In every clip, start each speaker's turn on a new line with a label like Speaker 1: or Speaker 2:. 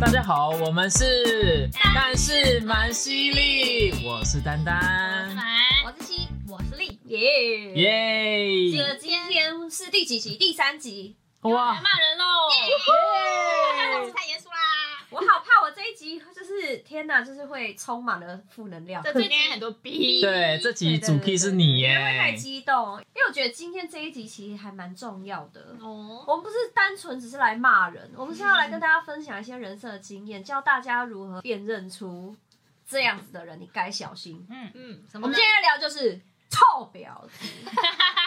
Speaker 1: 大家好，我们是但是蛮犀利，我是丹
Speaker 2: 我是
Speaker 1: 丹，
Speaker 2: 凡，
Speaker 3: 我是西，我是丽。
Speaker 2: 耶！记
Speaker 1: 耶！
Speaker 2: 得今天是第几集？第三集。
Speaker 1: 哇
Speaker 2: 来，骂人喽！
Speaker 3: 上次太严肃啦！
Speaker 2: 我好怕我这一集就是天哪，就是会充满了负能量。
Speaker 3: 这最近很多逼，
Speaker 1: 对，这集主题是你
Speaker 2: 因为太
Speaker 1: 耶，
Speaker 2: 激动，因为我觉得今天这一集其实还蛮重要的。
Speaker 3: 哦，
Speaker 2: 我们不是单纯只是来骂人，我们是要来跟大家分享一些人生的经验，教大家如何辨认出这样子的人，你该小心。
Speaker 3: 嗯嗯，什
Speaker 2: 我
Speaker 3: 么
Speaker 2: 们
Speaker 3: 呢？
Speaker 2: 今天要聊就是臭婊子，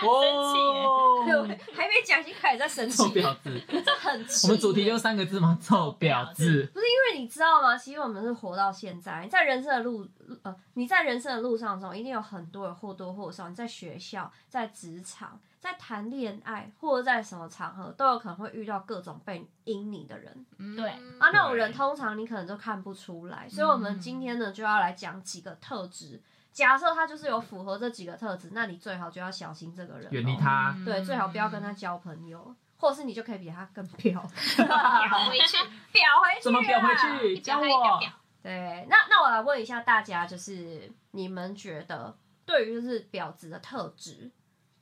Speaker 1: 哦
Speaker 2: 对，我还没讲，已经开始在生气
Speaker 1: 臭，婊子，
Speaker 2: 这很气。
Speaker 1: 我们主题就三个字吗？臭婊子，
Speaker 2: 不是因为你知道吗？其实我们是活到现在，你在人生的路，呃，你在人生的路上中，一定有很多人或多或少，你在学校、在职场、在谈恋爱，或者在什么场合，都有可能会遇到各种被阴你的人
Speaker 1: 嗯
Speaker 3: 对
Speaker 2: 啊。那种人通常你可能都看不出来，所以我
Speaker 1: 嗯
Speaker 2: 们今天呢就要来讲几个特质。假设他就是有符合这几个特质，那你最好就要小心这个人、哦
Speaker 1: 远离。他。
Speaker 2: 啊对，最好不要跟他交朋友，或者是你就可以比他更 婊，
Speaker 3: 表回去，
Speaker 2: 婊回去，
Speaker 1: 怎么婊回去？教我。
Speaker 2: 对，那那我来问一下大家，就是你们觉得对于就是婊子的特质，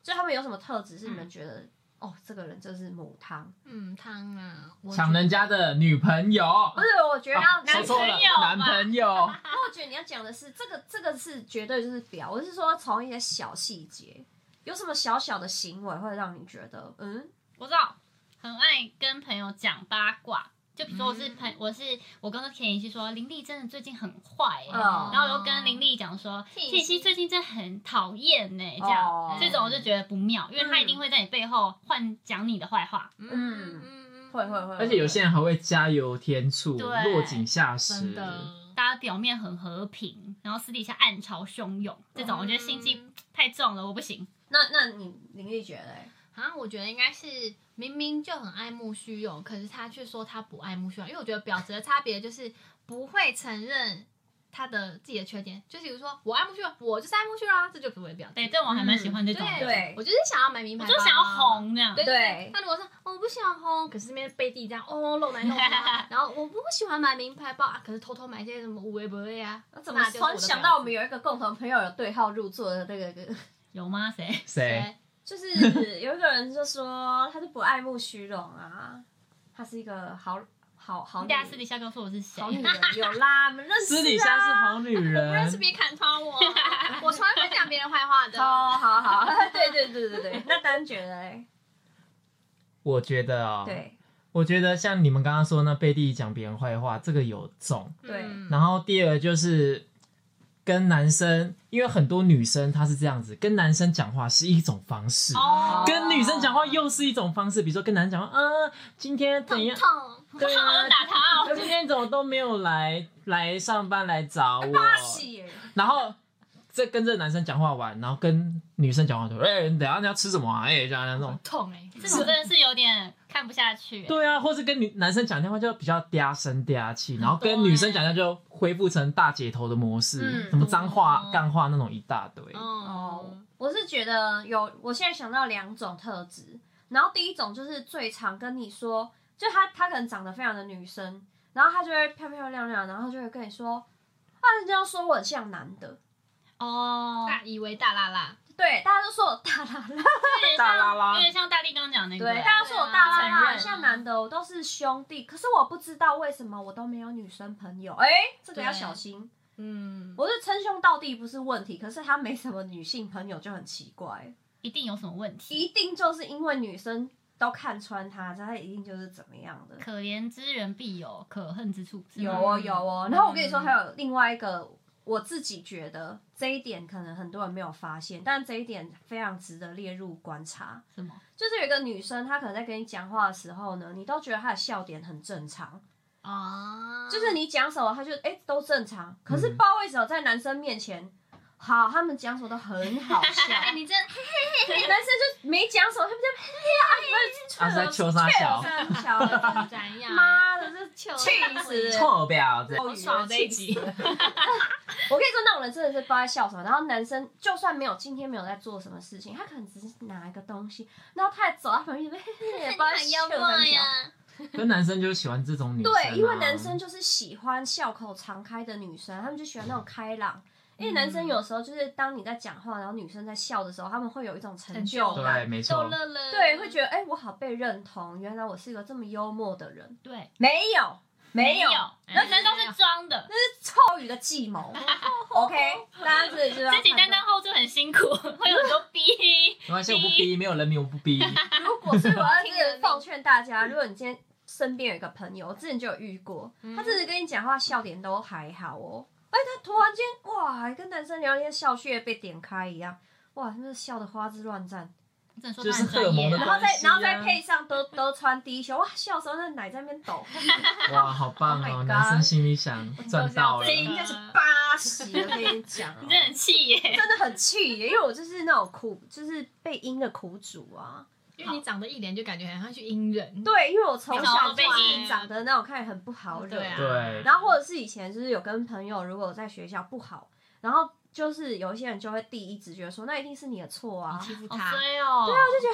Speaker 2: 就他们有什么特质是你们觉得、哦，这个人就是母汤？
Speaker 3: 嗯，汤啊，我
Speaker 1: 抢人家的女朋友，
Speaker 2: 不是，我觉得要、
Speaker 1: 啊说错了，男
Speaker 3: 男
Speaker 1: 朋
Speaker 3: 朋
Speaker 1: 友，
Speaker 2: 那我觉得你要讲的是这个，这个是绝对就是婊，我是说从一些小细节，有什么小小的行为会让你觉得嗯，
Speaker 3: 我知道，很爱跟朋友讲八卦。就比如说我
Speaker 2: 嗯
Speaker 3: 是朋，我是我跟田雨希说林丽真的最近很坏欸，
Speaker 2: 哦
Speaker 3: 然后我又跟林丽讲说
Speaker 2: 田雨希
Speaker 3: 田雨希最近真的很讨厌呢，这样
Speaker 2: 哦
Speaker 3: 这种我就觉得不妙，因为他一定会在你背后换讲你的坏话，
Speaker 2: 嗯会会会，
Speaker 1: 而且有些人还会加油添醋，
Speaker 3: 对
Speaker 1: 落井下石
Speaker 4: 真。的，
Speaker 2: 嗯
Speaker 3: 大家表面很和平，然后私底下暗潮汹涌，这
Speaker 2: 嗯
Speaker 3: 种我觉得心机太重了，我不行。
Speaker 2: 那那你林丽觉得嘞？
Speaker 4: 好像我觉得应该是明明就很爱慕虚荣，可是他却说他不爱慕虚荣，因为我觉得表子的差别就是不会承认他的自己的缺点，就比如说我爱慕虚荣，我就是爱慕虚荣啊，这就不会表子。
Speaker 3: 对，这我还蛮喜欢这种的，
Speaker 2: 对
Speaker 4: 我就是想要买名牌
Speaker 3: 我
Speaker 4: 包啊，
Speaker 3: 就想要红这样。
Speaker 4: 对。
Speaker 2: 对
Speaker 4: 对，那如果是哦我不想红，可是那边背地这样哦露奶露奶啊，然后我不喜欢买名牌包啊，可是偷偷买一些什么无微不微啊，
Speaker 2: 那怎么
Speaker 4: 那就是
Speaker 2: 突
Speaker 4: 我的
Speaker 2: 然想
Speaker 4: 婊
Speaker 2: 到
Speaker 4: 子
Speaker 2: 我们有一个共同朋友有对号入座的那个？
Speaker 3: 有吗？谁？
Speaker 1: 谁？
Speaker 2: 就是有一个人就说，他就不爱慕虚荣啊，他是一个好好好
Speaker 3: 你
Speaker 2: 女
Speaker 3: 大家私底下告诉我是谁
Speaker 2: 好。女人，有啦，我们认识、啊、
Speaker 1: 私底下是好女
Speaker 4: 不认识
Speaker 1: 人，
Speaker 4: 别砍穿我， 我从来不会讲别人坏话的。
Speaker 2: 哦，好好，对对对对 对，那丹觉得嘞，
Speaker 1: 我觉得哦，，
Speaker 2: 对
Speaker 1: 我觉得像你们刚刚说那背地讲别人坏话，这个有种。
Speaker 2: 对
Speaker 4: 嗯
Speaker 1: 然后第二个就是跟男生，因为很多女生她是这样子，跟男生讲话是一种方式。
Speaker 3: 哦，
Speaker 1: 跟女生讲话又是一种方式，比如说跟男生讲话，嗯，今天怎 样？
Speaker 4: 痛，
Speaker 1: 对
Speaker 3: 好
Speaker 1: 啊
Speaker 3: 像，打他哦。
Speaker 1: 今天怎么都没有来来上班来找我？
Speaker 2: 耶，
Speaker 1: 然后这跟这个男生讲话完，然后跟女生讲话说，哎、你等一下你要吃什么啊？哎、这样那种。
Speaker 4: 痛哎、
Speaker 3: 这种真的是有点看不下去。
Speaker 1: 对啊，或是跟女男生讲电话就比较嗲声嗲气，
Speaker 2: 嗯
Speaker 1: 然后跟
Speaker 3: 很多欸
Speaker 1: 女生讲话就恢复成大姐头的模式，
Speaker 2: 嗯
Speaker 1: 什么脏话、
Speaker 4: 哦
Speaker 1: 干话那种一大堆。
Speaker 4: 嗯
Speaker 2: 哦，我是觉得有，我现在想到两种特质，然后第一种就是最常跟你说，就她她可能长得非常的女生，然后她就会漂漂亮亮，然后就会跟你说，啊，人家说我很像男的，
Speaker 3: 哦，
Speaker 4: 大以为大辣辣，
Speaker 2: 对，大家都说我大啦啦。
Speaker 3: 有点
Speaker 1: 大拉拉
Speaker 3: 像，有点像大力刚刚讲那个。
Speaker 2: 对，大家说我大
Speaker 3: 对
Speaker 2: 拉
Speaker 3: 啊承
Speaker 2: 拉，
Speaker 3: 认
Speaker 2: 像男的我都是兄弟，可是我不知道为什么我都没有女生朋友。哎、这个要小心。
Speaker 4: 嗯，
Speaker 2: 我是称兄道弟不是问题，可是他没什么女性朋友就很奇怪，
Speaker 3: 一定有什么问题。
Speaker 2: 一定就是因为女生都看穿他，他一定就是怎么样的。
Speaker 3: 可怜之人必有可恨之处。是
Speaker 2: 有
Speaker 3: 吗
Speaker 2: 哦有哦，然后我跟你说，还有另外一个，我自己觉得这一点可能很多人没有发现，但这一点非常值得列入观察。
Speaker 3: 什么？
Speaker 2: 就是有一个女生，她可能在跟你讲话的时候呢，你都觉得她的笑点很正常，
Speaker 4: 啊，
Speaker 2: 就是你讲什么，他就哎、诶都正常。可
Speaker 1: 嗯
Speaker 2: 是不知道为什么在男生面前，好，他们讲什么都很好笑，
Speaker 4: 哎，你真
Speaker 2: 男生就没讲什么，他们就
Speaker 1: 他是
Speaker 2: 嘿嘿啊，
Speaker 1: 在秋沙小
Speaker 2: 你们笑了，
Speaker 4: 怎样？
Speaker 2: 妈的，这
Speaker 4: 糗
Speaker 2: 气死人！
Speaker 1: 臭婊子，
Speaker 2: 好
Speaker 4: 爽这一集，
Speaker 2: 我跟你说，那种人真的是不知道在笑什么。然后男生就算没有今天没有在做什么 事情，他可能只是拿一个东西，然后他还走到旁边，嘿嘿，也不知道在
Speaker 4: 很
Speaker 2: 笑
Speaker 4: 幽
Speaker 2: 什么
Speaker 4: 默。呀，
Speaker 1: 可是男生就喜欢这种女生、啊。
Speaker 2: 对，因为男生就是喜欢笑口常开的女生，他们就喜欢那种开朗。因为男生有时候就是当你在讲话，然后女生在笑的时候，他们会有一种成就
Speaker 4: 成就
Speaker 2: 感，
Speaker 1: 对，没
Speaker 4: 逗
Speaker 1: 错，
Speaker 4: 乐了，
Speaker 2: 对，会觉得哎、我好被认同，原来我是一个这么幽默的人。
Speaker 3: 对，
Speaker 2: 没有，没有，
Speaker 3: 男生都是装的，
Speaker 2: 臭鱼的计 谋。OK，大家自己知道。
Speaker 3: 自己担当后就很辛苦， 会有很多逼。
Speaker 1: 没关系，我不逼，没有人名我不 逼。
Speaker 2: 如果所以我 要是奉劝大家，如果你今天身边有一个朋友，我之前就有遇过，
Speaker 4: 嗯
Speaker 2: 他只是跟你讲话笑点都还好哦，哎，他突然间哇，跟男生聊天笑穴被点开一样。哇，那笑的花枝乱颤，
Speaker 3: 只能 说
Speaker 1: 就
Speaker 3: 他
Speaker 1: 是
Speaker 3: 很
Speaker 1: 荷尔
Speaker 3: 专业
Speaker 1: 蒙的
Speaker 2: 然后再
Speaker 1: 关系啊
Speaker 2: 然后再配上都 都穿低胸，哇，笑的时候那奶在那边抖，
Speaker 1: 哇，好棒
Speaker 2: Oh my
Speaker 1: 哦！
Speaker 2: God
Speaker 1: 男生心里想赚到了
Speaker 2: 这，应该是八十，我跟你讲哦、
Speaker 3: 你真的很气耶！
Speaker 2: 真的很气耶，因为我就是那种苦，就是被阴的苦主啊。
Speaker 4: 因为你长得一脸就感觉很像去阴人，
Speaker 2: 对，因为我从小
Speaker 3: 小
Speaker 2: 被
Speaker 3: 被
Speaker 2: 阴
Speaker 3: 阴
Speaker 2: 长得那种看起来很不好惹，
Speaker 4: 对啊
Speaker 1: 对，
Speaker 2: 然后或者是以前就是有跟朋友，如果在学校不好，然后就是有一些人就会第一直觉说那一定是你的错啊
Speaker 4: 你，欺负
Speaker 3: 好
Speaker 4: 他，
Speaker 3: 衰哦，对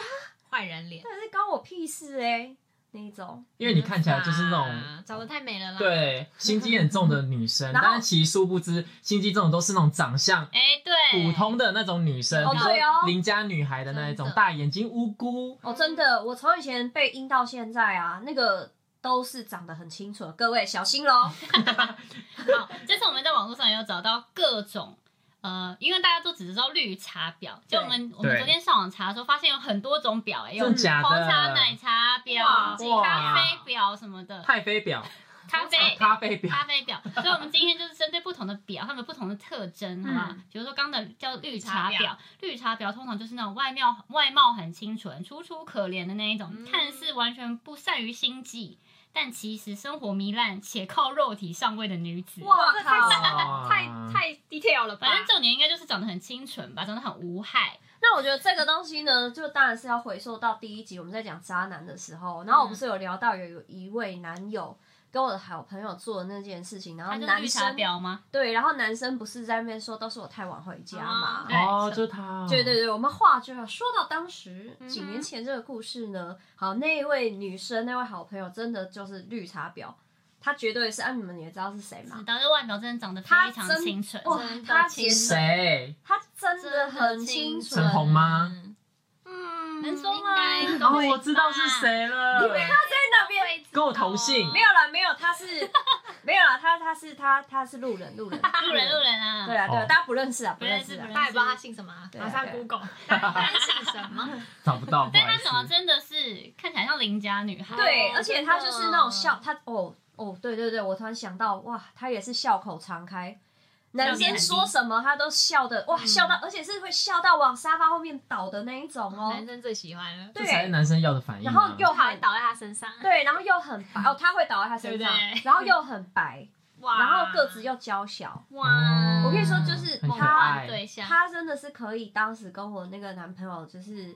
Speaker 4: 坏人脸，
Speaker 2: 但是关我屁事哎、那一种。
Speaker 1: 因为你看起来就是那种。
Speaker 4: 啊长得太美了啦，，
Speaker 1: 对心机很重的女生，
Speaker 2: 然后
Speaker 1: 但是其实殊不知，心机这种都是那种长相
Speaker 3: 哎，对，
Speaker 1: 普通的那种女生，
Speaker 2: 哦
Speaker 1: 比如说
Speaker 2: 对哦
Speaker 1: 邻家女孩的那一种，
Speaker 4: 真的
Speaker 1: 大眼睛无辜，
Speaker 2: 哦，真的，我从以前被阴到现在啊，那个都是长得很清楚的，各位小心喽。
Speaker 3: 好，这次我们在网络上也有找到各种。呃，因为大家都只知道绿茶婊，就我们我们
Speaker 1: 对
Speaker 3: 昨天上网查的时候，发现有很多种婊、哎，有
Speaker 1: 真假的
Speaker 3: 红茶、奶茶
Speaker 2: 哇
Speaker 3: 婊、
Speaker 1: 哇
Speaker 3: 咖啡婊什么的，
Speaker 1: 太妃婊，
Speaker 3: 咖啡
Speaker 1: 咖啡婊，
Speaker 3: 咖啡婊，所以我们今天就是针对不同的婊，它们有不同的特征，好不好？比如说刚刚的叫嗯绿茶
Speaker 4: 绿茶
Speaker 3: 婊，绿茶婊通常就是那种外貌外貌很清纯、楚楚可怜的那一种，
Speaker 4: 嗯
Speaker 3: 看似完全不善于心计，但其实生活糜烂且靠肉体上位的女子。
Speaker 2: 哇
Speaker 4: 这太
Speaker 1: 哇
Speaker 4: 太太 detail 了吧？
Speaker 3: 反正重点应该就是长得很清纯吧，长得很无害。
Speaker 2: 那我觉得这个东西呢，就当然是要回溯到第一集我们在讲渣男的时候，然后我
Speaker 3: 嗯
Speaker 2: 不是有聊到有有一位男友跟我的好朋友做的那件事情，然后
Speaker 3: 她就是
Speaker 2: 男
Speaker 3: 绿茶
Speaker 2: 生
Speaker 3: 婊吗？
Speaker 2: 对，然后男生不是在那边说都是我太晚回家
Speaker 4: 哦？
Speaker 2: 嘛
Speaker 3: 对
Speaker 1: 哦，
Speaker 3: 是
Speaker 1: 就是她，
Speaker 2: 对对对，我们话就要说到当时
Speaker 4: 嗯哼
Speaker 2: 几年前这个故事呢。好，那一位女生，那位好朋友，真的就是绿茶婊，她绝对是，啊，你们也知道是谁
Speaker 3: 知
Speaker 2: 嘛？
Speaker 3: 道，这外表真的长得非
Speaker 2: 她
Speaker 3: 常
Speaker 2: 真
Speaker 3: 清纯。
Speaker 2: 哇
Speaker 4: 真，的
Speaker 2: 她
Speaker 4: 清
Speaker 2: 简直，
Speaker 1: 谁？
Speaker 2: 她真的很清
Speaker 4: 纯
Speaker 2: 纯
Speaker 1: 陈。红吗
Speaker 4: 嗯
Speaker 3: 嗯，能说吗？
Speaker 4: 应该
Speaker 1: 哦，我知道是谁了，
Speaker 2: 在那边
Speaker 1: 跟我同姓，
Speaker 2: 没有啦，没有，她是没有啦，她她是她她是路人路人
Speaker 3: 路人路人啊，
Speaker 2: 对啊对啊，
Speaker 1: 哦
Speaker 2: 大家不认识啊，不
Speaker 3: 不认
Speaker 2: 认
Speaker 3: 识
Speaker 2: 识
Speaker 3: 不
Speaker 2: 啊
Speaker 3: 认识。
Speaker 4: 大家也不知道他姓什么啊，
Speaker 2: 对啊
Speaker 4: 马上
Speaker 2: 对啊
Speaker 4: Google，大家不知道他姓什 么？
Speaker 1: 找不到，不
Speaker 3: 但
Speaker 1: 好
Speaker 3: 她
Speaker 1: 意
Speaker 3: 长得
Speaker 1: 思。
Speaker 3: 真的是看起来像邻家女孩。
Speaker 2: 对，
Speaker 4: 哦
Speaker 2: 而且
Speaker 4: 真
Speaker 2: 他
Speaker 4: 的
Speaker 2: 就是那种笑，他哦哦，对对对，我突然想到，哇，他也是笑口常开，男生
Speaker 3: 点很
Speaker 2: 说
Speaker 3: 低
Speaker 2: 什么他都笑的，哇，笑
Speaker 4: 嗯
Speaker 2: 到，而且是会笑到往沙发后面倒的那一种哦
Speaker 4: 男，生最喜欢了，
Speaker 1: 这才是男生要的反应
Speaker 2: 然
Speaker 1: 啊。
Speaker 2: 后又
Speaker 4: 好像
Speaker 2: 很。
Speaker 4: 倒在他身上，
Speaker 2: 对，然后又很白哦，他会倒在他身
Speaker 4: 对不
Speaker 2: 上
Speaker 4: 对，
Speaker 2: 然后又很白，
Speaker 4: 哇，
Speaker 2: 然后个子又娇小，
Speaker 4: 哇，
Speaker 2: 我跟你说就是
Speaker 1: 哦很可
Speaker 2: 他
Speaker 1: 爱，
Speaker 4: 对象，
Speaker 2: 他真的是可以，当时跟我那个男朋友就是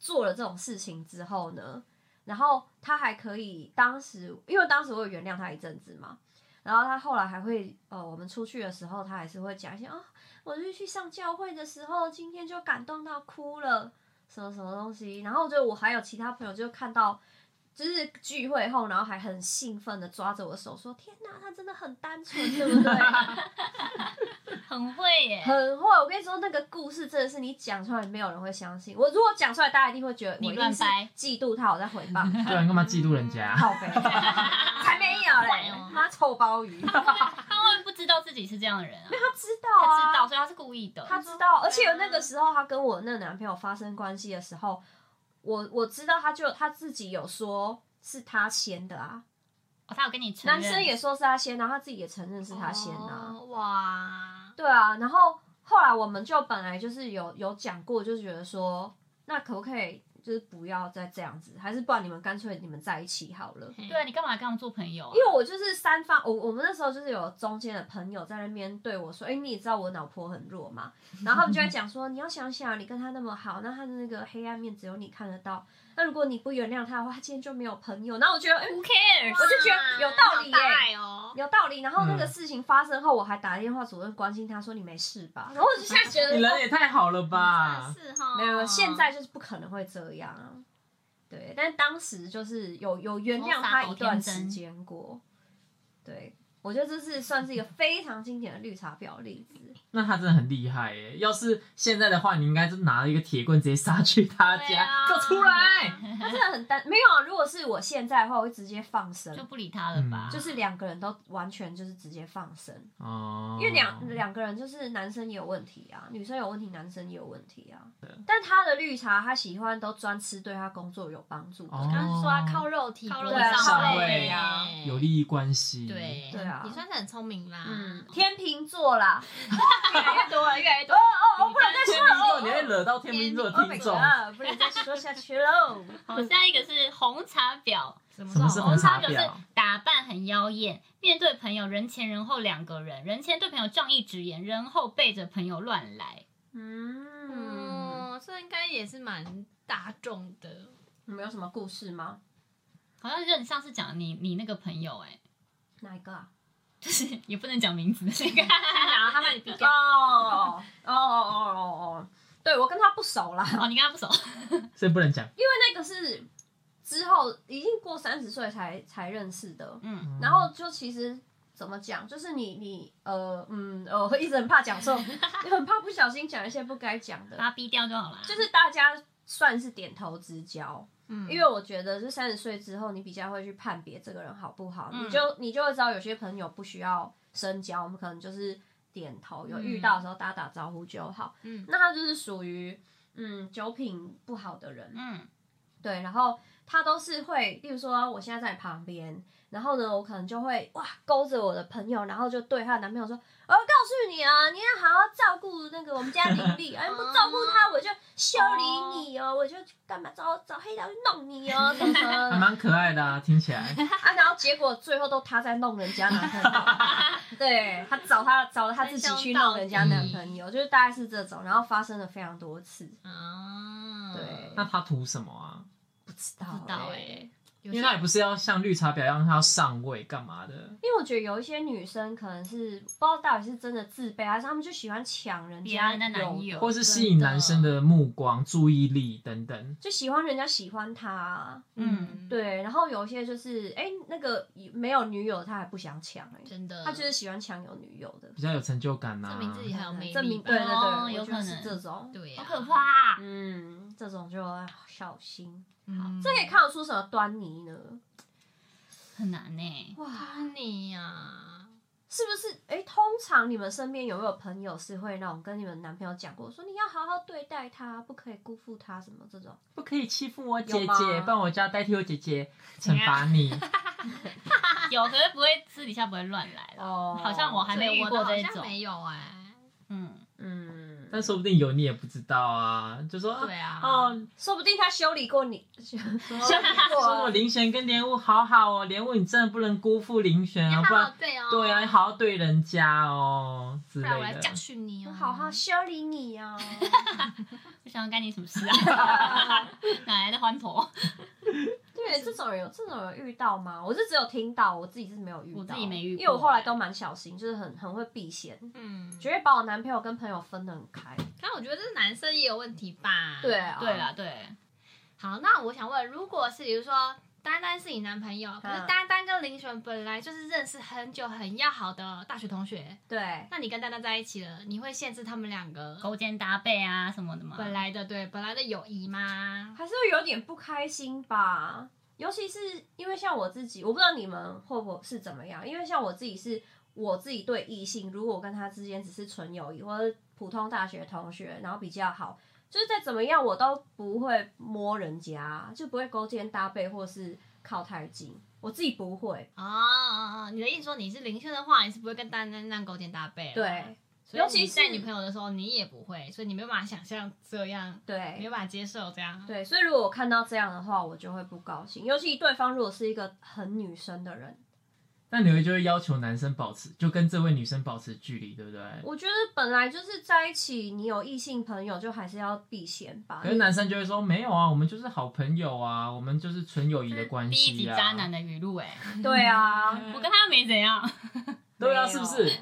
Speaker 2: 做了这种事情之后呢，然后他还可以，当时因为当时我有原谅他一阵子嘛，然后他后来还会，呃，我们出去的时候，他还是会讲一些啊，我就是去上教会的时候，今天就感动到哭了，什么什么东西，然后就我还有其他朋友就看到。就是聚会后，然后还很兴奋的抓着我的手说：“天哪，他真的很单纯，对不对？”
Speaker 3: 很会耶。
Speaker 2: 很会，我跟你说，那个故事真的是你讲出来，没有人会相信。我如果讲出来，大家一定会觉得
Speaker 3: 你
Speaker 2: 我一定
Speaker 3: 乱
Speaker 2: 是
Speaker 3: 掰
Speaker 2: 嫉妒他，我在 诽谤他，
Speaker 1: 对啊，你干嘛嫉妒人家？
Speaker 2: 靠背，才没有嘞
Speaker 3: 坏哦，
Speaker 2: 妈臭鲍 鱼，他
Speaker 3: 他会不知道自己是这样的人啊？
Speaker 2: 知道
Speaker 3: 他
Speaker 2: 啊，
Speaker 3: 知道，，所嗯以他是故意的。
Speaker 2: 他知道，而且有那个时候，他跟我那个男朋友发生关系的时候，我我知道，他就他自己有说是他先的啊，
Speaker 3: 哦，他有跟你承认
Speaker 2: 男生也说是他先的，然后他自己也承认是他先的啊。
Speaker 4: 哦，哇，
Speaker 2: 对啊，然后后来我们就本来就是有有讲过，就是觉得说，那可不可以就是不要再这样子，还是不然你们干脆你们在一起好了。
Speaker 3: 对啊，你干嘛跟他们做朋友啊
Speaker 2: 因？为我就是三方，我我们那时候就是有中间的朋友在那边对我说，哎、你也知道我脑波很弱嘛，然后他们就在讲说，你要想想，啊你跟他那么好，那他的那个黑暗面只有你看得到，那如果你不原谅他的话，他今天就没有朋友。然后我觉得，哎、
Speaker 3: Who cares？
Speaker 2: 我就觉得有道理耶
Speaker 4: 好大爱哦，
Speaker 2: 有道理。然后那个
Speaker 1: 嗯
Speaker 2: 事情发生后，我还打电话主动关心他说，你没事吧？然后我就现在觉得，
Speaker 1: 你人也太好了吧？
Speaker 4: 真的是哈，哦
Speaker 1: 哦
Speaker 2: 没有，现在就是不可能会这样啊。对，但当时就是有有原谅他一段时间过。对，我觉得这是算是一个非常经典的绿茶婊例 子。
Speaker 1: 那他真的很厉害耶！要是现在的话，你应该就拿一个铁棍直接杀去他
Speaker 4: 对
Speaker 1: 家，
Speaker 4: 啊
Speaker 1: 给我出来！
Speaker 2: 他真的很单，没有啊。如果是我现在的话，我会直接放生
Speaker 3: 就，不理他了吧？
Speaker 1: 嗯
Speaker 2: 就是两个人都完全就是直接放生，
Speaker 1: 哦，
Speaker 2: 因为两两个人就是男生也有问题啊，女生有问题，男生也有问题啊。但他的绿茶，他喜欢都专吃对他工作有帮助的。
Speaker 1: 哦
Speaker 4: 刚刚说他靠肉体，
Speaker 3: 靠肉
Speaker 2: 体
Speaker 4: 上
Speaker 2: 上位
Speaker 4: 啊，
Speaker 1: 有利益关系，
Speaker 4: 对
Speaker 2: 对啊
Speaker 4: 你算是很聪明啦。
Speaker 2: 嗯， 天秤座啦，
Speaker 4: 越来越多了，越来越多。
Speaker 2: 哦，不能再
Speaker 1: 天
Speaker 2: 说
Speaker 1: 秤座
Speaker 2: 了，
Speaker 1: 你会惹到天秤座
Speaker 2: 哦
Speaker 1: 的
Speaker 2: Oh my
Speaker 1: 听众，
Speaker 2: god，不能再说下去喽。
Speaker 3: 好，下一个是红茶婊。哦
Speaker 4: 什
Speaker 1: 什么是红
Speaker 3: 茶
Speaker 1: 茶
Speaker 3: 婊是
Speaker 1: 婊？
Speaker 3: 打扮很妖艳，面对朋友人前人后两个人，人前对朋友仗义直言，人后背着朋友乱来。
Speaker 2: 嗯，
Speaker 4: 嗯，这应该也是蛮大众的。
Speaker 2: 你们有什么故事吗？
Speaker 3: 好像就你上次讲的你你那个朋友、哎，
Speaker 2: 哪一个啊？
Speaker 3: 就是也不能讲名字的那个。
Speaker 4: 然后他把你逼
Speaker 2: 哦
Speaker 4: 掉，
Speaker 2: 哦哦哦哦哦，对我跟他不熟啦，
Speaker 3: 哦，你跟他不熟，
Speaker 1: 所以不能讲。
Speaker 2: 因为那个是之后已经过三十岁才才认识的，
Speaker 3: 嗯，
Speaker 2: 然后就其实。怎么讲？就是你你呃嗯呃，我一直很怕讲错，也很怕不小心讲一些不该讲的
Speaker 3: 把。他逼掉就好了。
Speaker 2: 就是大家算是点头之交，
Speaker 4: 嗯
Speaker 2: 因为我觉得是三十岁之后，你比较会去判别这个人好不好，
Speaker 3: 嗯
Speaker 2: 你就你就会知道有些朋友不需要深交，我们可能就是点头，有遇到的时候打打招呼就好。
Speaker 4: 嗯
Speaker 2: 那他就是属于嗯酒品不好的人，
Speaker 3: 嗯，
Speaker 2: 对，然后他都是会，例如说我现在在你旁边，然后呢，我可能就会哇勾着我的朋友，然后就对她的男朋友说，我要告诉你啊，你要好好照顾那个我们家林丽， 哎，不照顾
Speaker 3: 哦
Speaker 2: 她我就修理你哦，我就干嘛找找黑道去弄你哦，什么什么
Speaker 1: 还
Speaker 2: 的
Speaker 1: 蛮可爱的啊，听起来。
Speaker 2: 啊，然后结果最后都她在弄人家男朋友，对她找她找了她自己去弄人家男朋友，就是大概是这种，然后发生了非常多次，
Speaker 4: 啊，
Speaker 2: 对，
Speaker 1: 那他图什么啊？
Speaker 2: 不知道
Speaker 3: 不知道
Speaker 2: 欸
Speaker 3: 哎
Speaker 4: 有
Speaker 1: 因为
Speaker 4: 些
Speaker 1: 他也不是要像绿茶婊一样，他要上位干嘛的？
Speaker 2: 因为我觉得有一些女生可能是不知道到底是真的自卑，还是她们就喜欢抢人
Speaker 3: 别
Speaker 2: 家
Speaker 3: 人的男，友，
Speaker 1: 或是吸引男生的目光、注意力等等。
Speaker 2: 就喜欢人家喜欢她。啊
Speaker 3: 嗯，
Speaker 2: 对，然后有一些就是，哎、那个没有女友，他还不想抢、哎，
Speaker 4: 真的，
Speaker 2: 他就是喜欢抢有女友的，
Speaker 1: 比较有成就感啊呐、
Speaker 4: 证明自己很有魅力吧，
Speaker 2: 证明对对对，我
Speaker 3: 哦
Speaker 2: 觉得
Speaker 3: 有可能
Speaker 2: 是这种，
Speaker 4: 对呀，
Speaker 3: 好可怕啊、
Speaker 2: 嗯，这种就要小心。
Speaker 4: 嗯，
Speaker 2: 这可以看得出什么端倪呢？
Speaker 3: 很难呢、欸
Speaker 2: 哇，
Speaker 4: 你呀，
Speaker 2: 是不是？哎、通常你们身边有没有朋友是会那种跟你们男朋友讲过，说你要好好对待他，不可以辜负他什么这种？
Speaker 1: 不可以欺负我
Speaker 2: 有
Speaker 1: 姐
Speaker 2: 吗
Speaker 1: 姐，不然我就要代替我姐姐惩罚你。
Speaker 3: 有，可是不会私底下不会乱来了。
Speaker 2: 哦
Speaker 3: 好像我还没
Speaker 4: 所以
Speaker 3: 遇
Speaker 4: 我
Speaker 3: 过
Speaker 4: 的好
Speaker 3: 这
Speaker 4: 像
Speaker 3: 种。
Speaker 4: 没有哎，
Speaker 3: 嗯，
Speaker 2: 嗯，
Speaker 1: 但说不定有你也不知道啊，就说
Speaker 4: 对啊，
Speaker 1: 哦，
Speaker 2: 说不定他修理过你，修理
Speaker 1: 说我
Speaker 2: 过，
Speaker 1: 哦林璇跟莲雾好好哦，莲雾你真的不能辜负林璇
Speaker 4: 你
Speaker 1: 啊，
Speaker 4: 好
Speaker 1: 不
Speaker 4: 好
Speaker 1: 然
Speaker 4: 对哦，
Speaker 1: 对啊，你好好对人家哦之
Speaker 4: 不
Speaker 1: 类
Speaker 4: 然我来
Speaker 1: 的。
Speaker 4: 教训你哦，
Speaker 2: 好好修理你 哦。
Speaker 3: 不想干你什么事啊？哪来的欢头？
Speaker 2: 对，这种人有这种人有遇到吗？我是只有听到，我自己是没有遇到，
Speaker 3: 我自己没遇过
Speaker 2: 因为我后来都蛮小心，就是很很会避嫌，
Speaker 4: 嗯，
Speaker 2: 绝对把我男朋友跟朋友分得很开。
Speaker 4: 但我觉得这男生也有问题吧？
Speaker 2: 对啊，
Speaker 3: 对啦，对，
Speaker 4: 好，那我想问，如果是比如说丹丹是你男朋友，可是丹丹跟林璇本来就是认识很久、很要好的大学同学，
Speaker 2: 对，
Speaker 4: 那你跟丹丹在一起了，你会限制他们两个
Speaker 3: 勾肩搭背啊什么的嘛。
Speaker 4: 本来的对本来的友谊吗？
Speaker 2: 还是会有点不开心吧。尤其是因为像我自己，我不知道你们会不会是怎么样，因为像我自己是。我自己对异性，如果我跟他之间只是纯友谊或者普通大学同学，然后比较好，就是再怎么样我都不会摸人家，就不会勾肩搭背或是靠太近，我自己不会。
Speaker 4: 哦哦哦，你的意思说你是林轩的话，你是不会跟丹丹那样勾肩搭背了，
Speaker 2: 对，
Speaker 4: 所以
Speaker 2: 尤其
Speaker 4: 你
Speaker 2: 是
Speaker 4: 在女朋友的时候，你也不会，所以你没有办法想象这样，没
Speaker 2: 对
Speaker 4: 有办法接受这样。
Speaker 2: 对，所以如果我看到这样的话，我就会不高兴。尤其对方如果是一个很女生的人，
Speaker 1: 那你会就会要求男生保持，就跟这位女生保持距离，对不对？
Speaker 2: 我觉得本来就是在一起，你有异性朋友就还是要避嫌吧
Speaker 1: 可。是男生就会说没有啊，我们就是好朋友啊，我们就是纯友谊的关
Speaker 3: 第一集
Speaker 1: 系啊。
Speaker 3: 渣男的语录、哎，
Speaker 2: 对啊，
Speaker 3: 我跟他又没怎样。
Speaker 1: 对啊，
Speaker 2: 没有
Speaker 1: 是不是？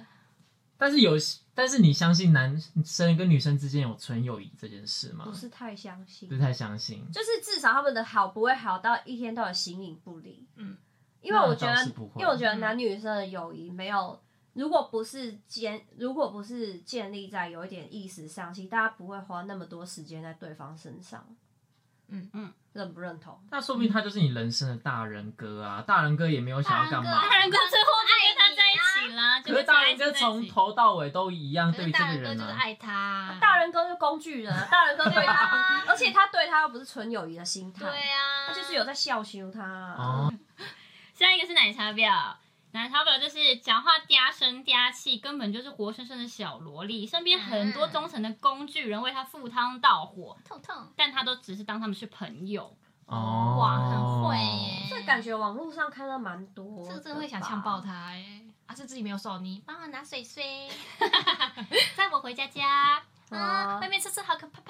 Speaker 1: 但是有，但是你相信男生跟女生之间有纯友谊这件事吗
Speaker 2: 不？是太相信
Speaker 1: 不。太相信，
Speaker 2: 就是至少他们的好不会好到一天到晚形影不离。
Speaker 4: 嗯，
Speaker 2: 因为我觉
Speaker 1: 那倒
Speaker 2: 得
Speaker 1: 是不，会
Speaker 2: 因为我觉得男女生的友谊没有，如果不是建，如果不是建立在有一点意识上，其实大家不会花那么多时间在对方身上。
Speaker 4: 嗯
Speaker 3: 嗯，
Speaker 2: 认不认同？
Speaker 1: 那说不定他就是你人生的大人哥啊！大人哥也没有想要干嘛，
Speaker 4: 大人
Speaker 3: 哥最后就跟他在一起啦，
Speaker 1: 啊
Speaker 3: 就
Speaker 1: 可是
Speaker 3: 跟
Speaker 1: 大
Speaker 3: 他
Speaker 1: 人
Speaker 3: 一起在
Speaker 1: 哥
Speaker 3: 一
Speaker 1: 从
Speaker 3: 起
Speaker 1: 头到尾都一样
Speaker 4: 可
Speaker 1: 对于
Speaker 4: 是
Speaker 1: 这
Speaker 4: 大
Speaker 1: 个
Speaker 4: 人哥
Speaker 1: 人
Speaker 4: 就是
Speaker 1: 啊。
Speaker 4: 爱他，
Speaker 2: 大人哥就工具人，啊大人哥 对他，而且他对他又不是纯友谊的心态，
Speaker 4: 啊对啊，
Speaker 2: 他就是有在笑羞他。
Speaker 1: 哦，
Speaker 3: 下一个是奶茶婊，奶茶婊就是讲话嗲声嗲气，根本就是活生生的小萝莉，身边很多忠诚的工具人为她赴汤蹈火，
Speaker 4: 痛痛，
Speaker 3: 但她都只是当他们是朋友。
Speaker 1: 哦，
Speaker 4: 哇，很会耶，
Speaker 2: 这感觉网络上看到蛮多，
Speaker 4: 这个真的会想呛爆。他哎。啊，是自己没有手泥，帮我拿水水。
Speaker 3: 载我回家家，
Speaker 4: 啊，
Speaker 2: 啊
Speaker 4: 外面吃吃好可怕
Speaker 2: 嗯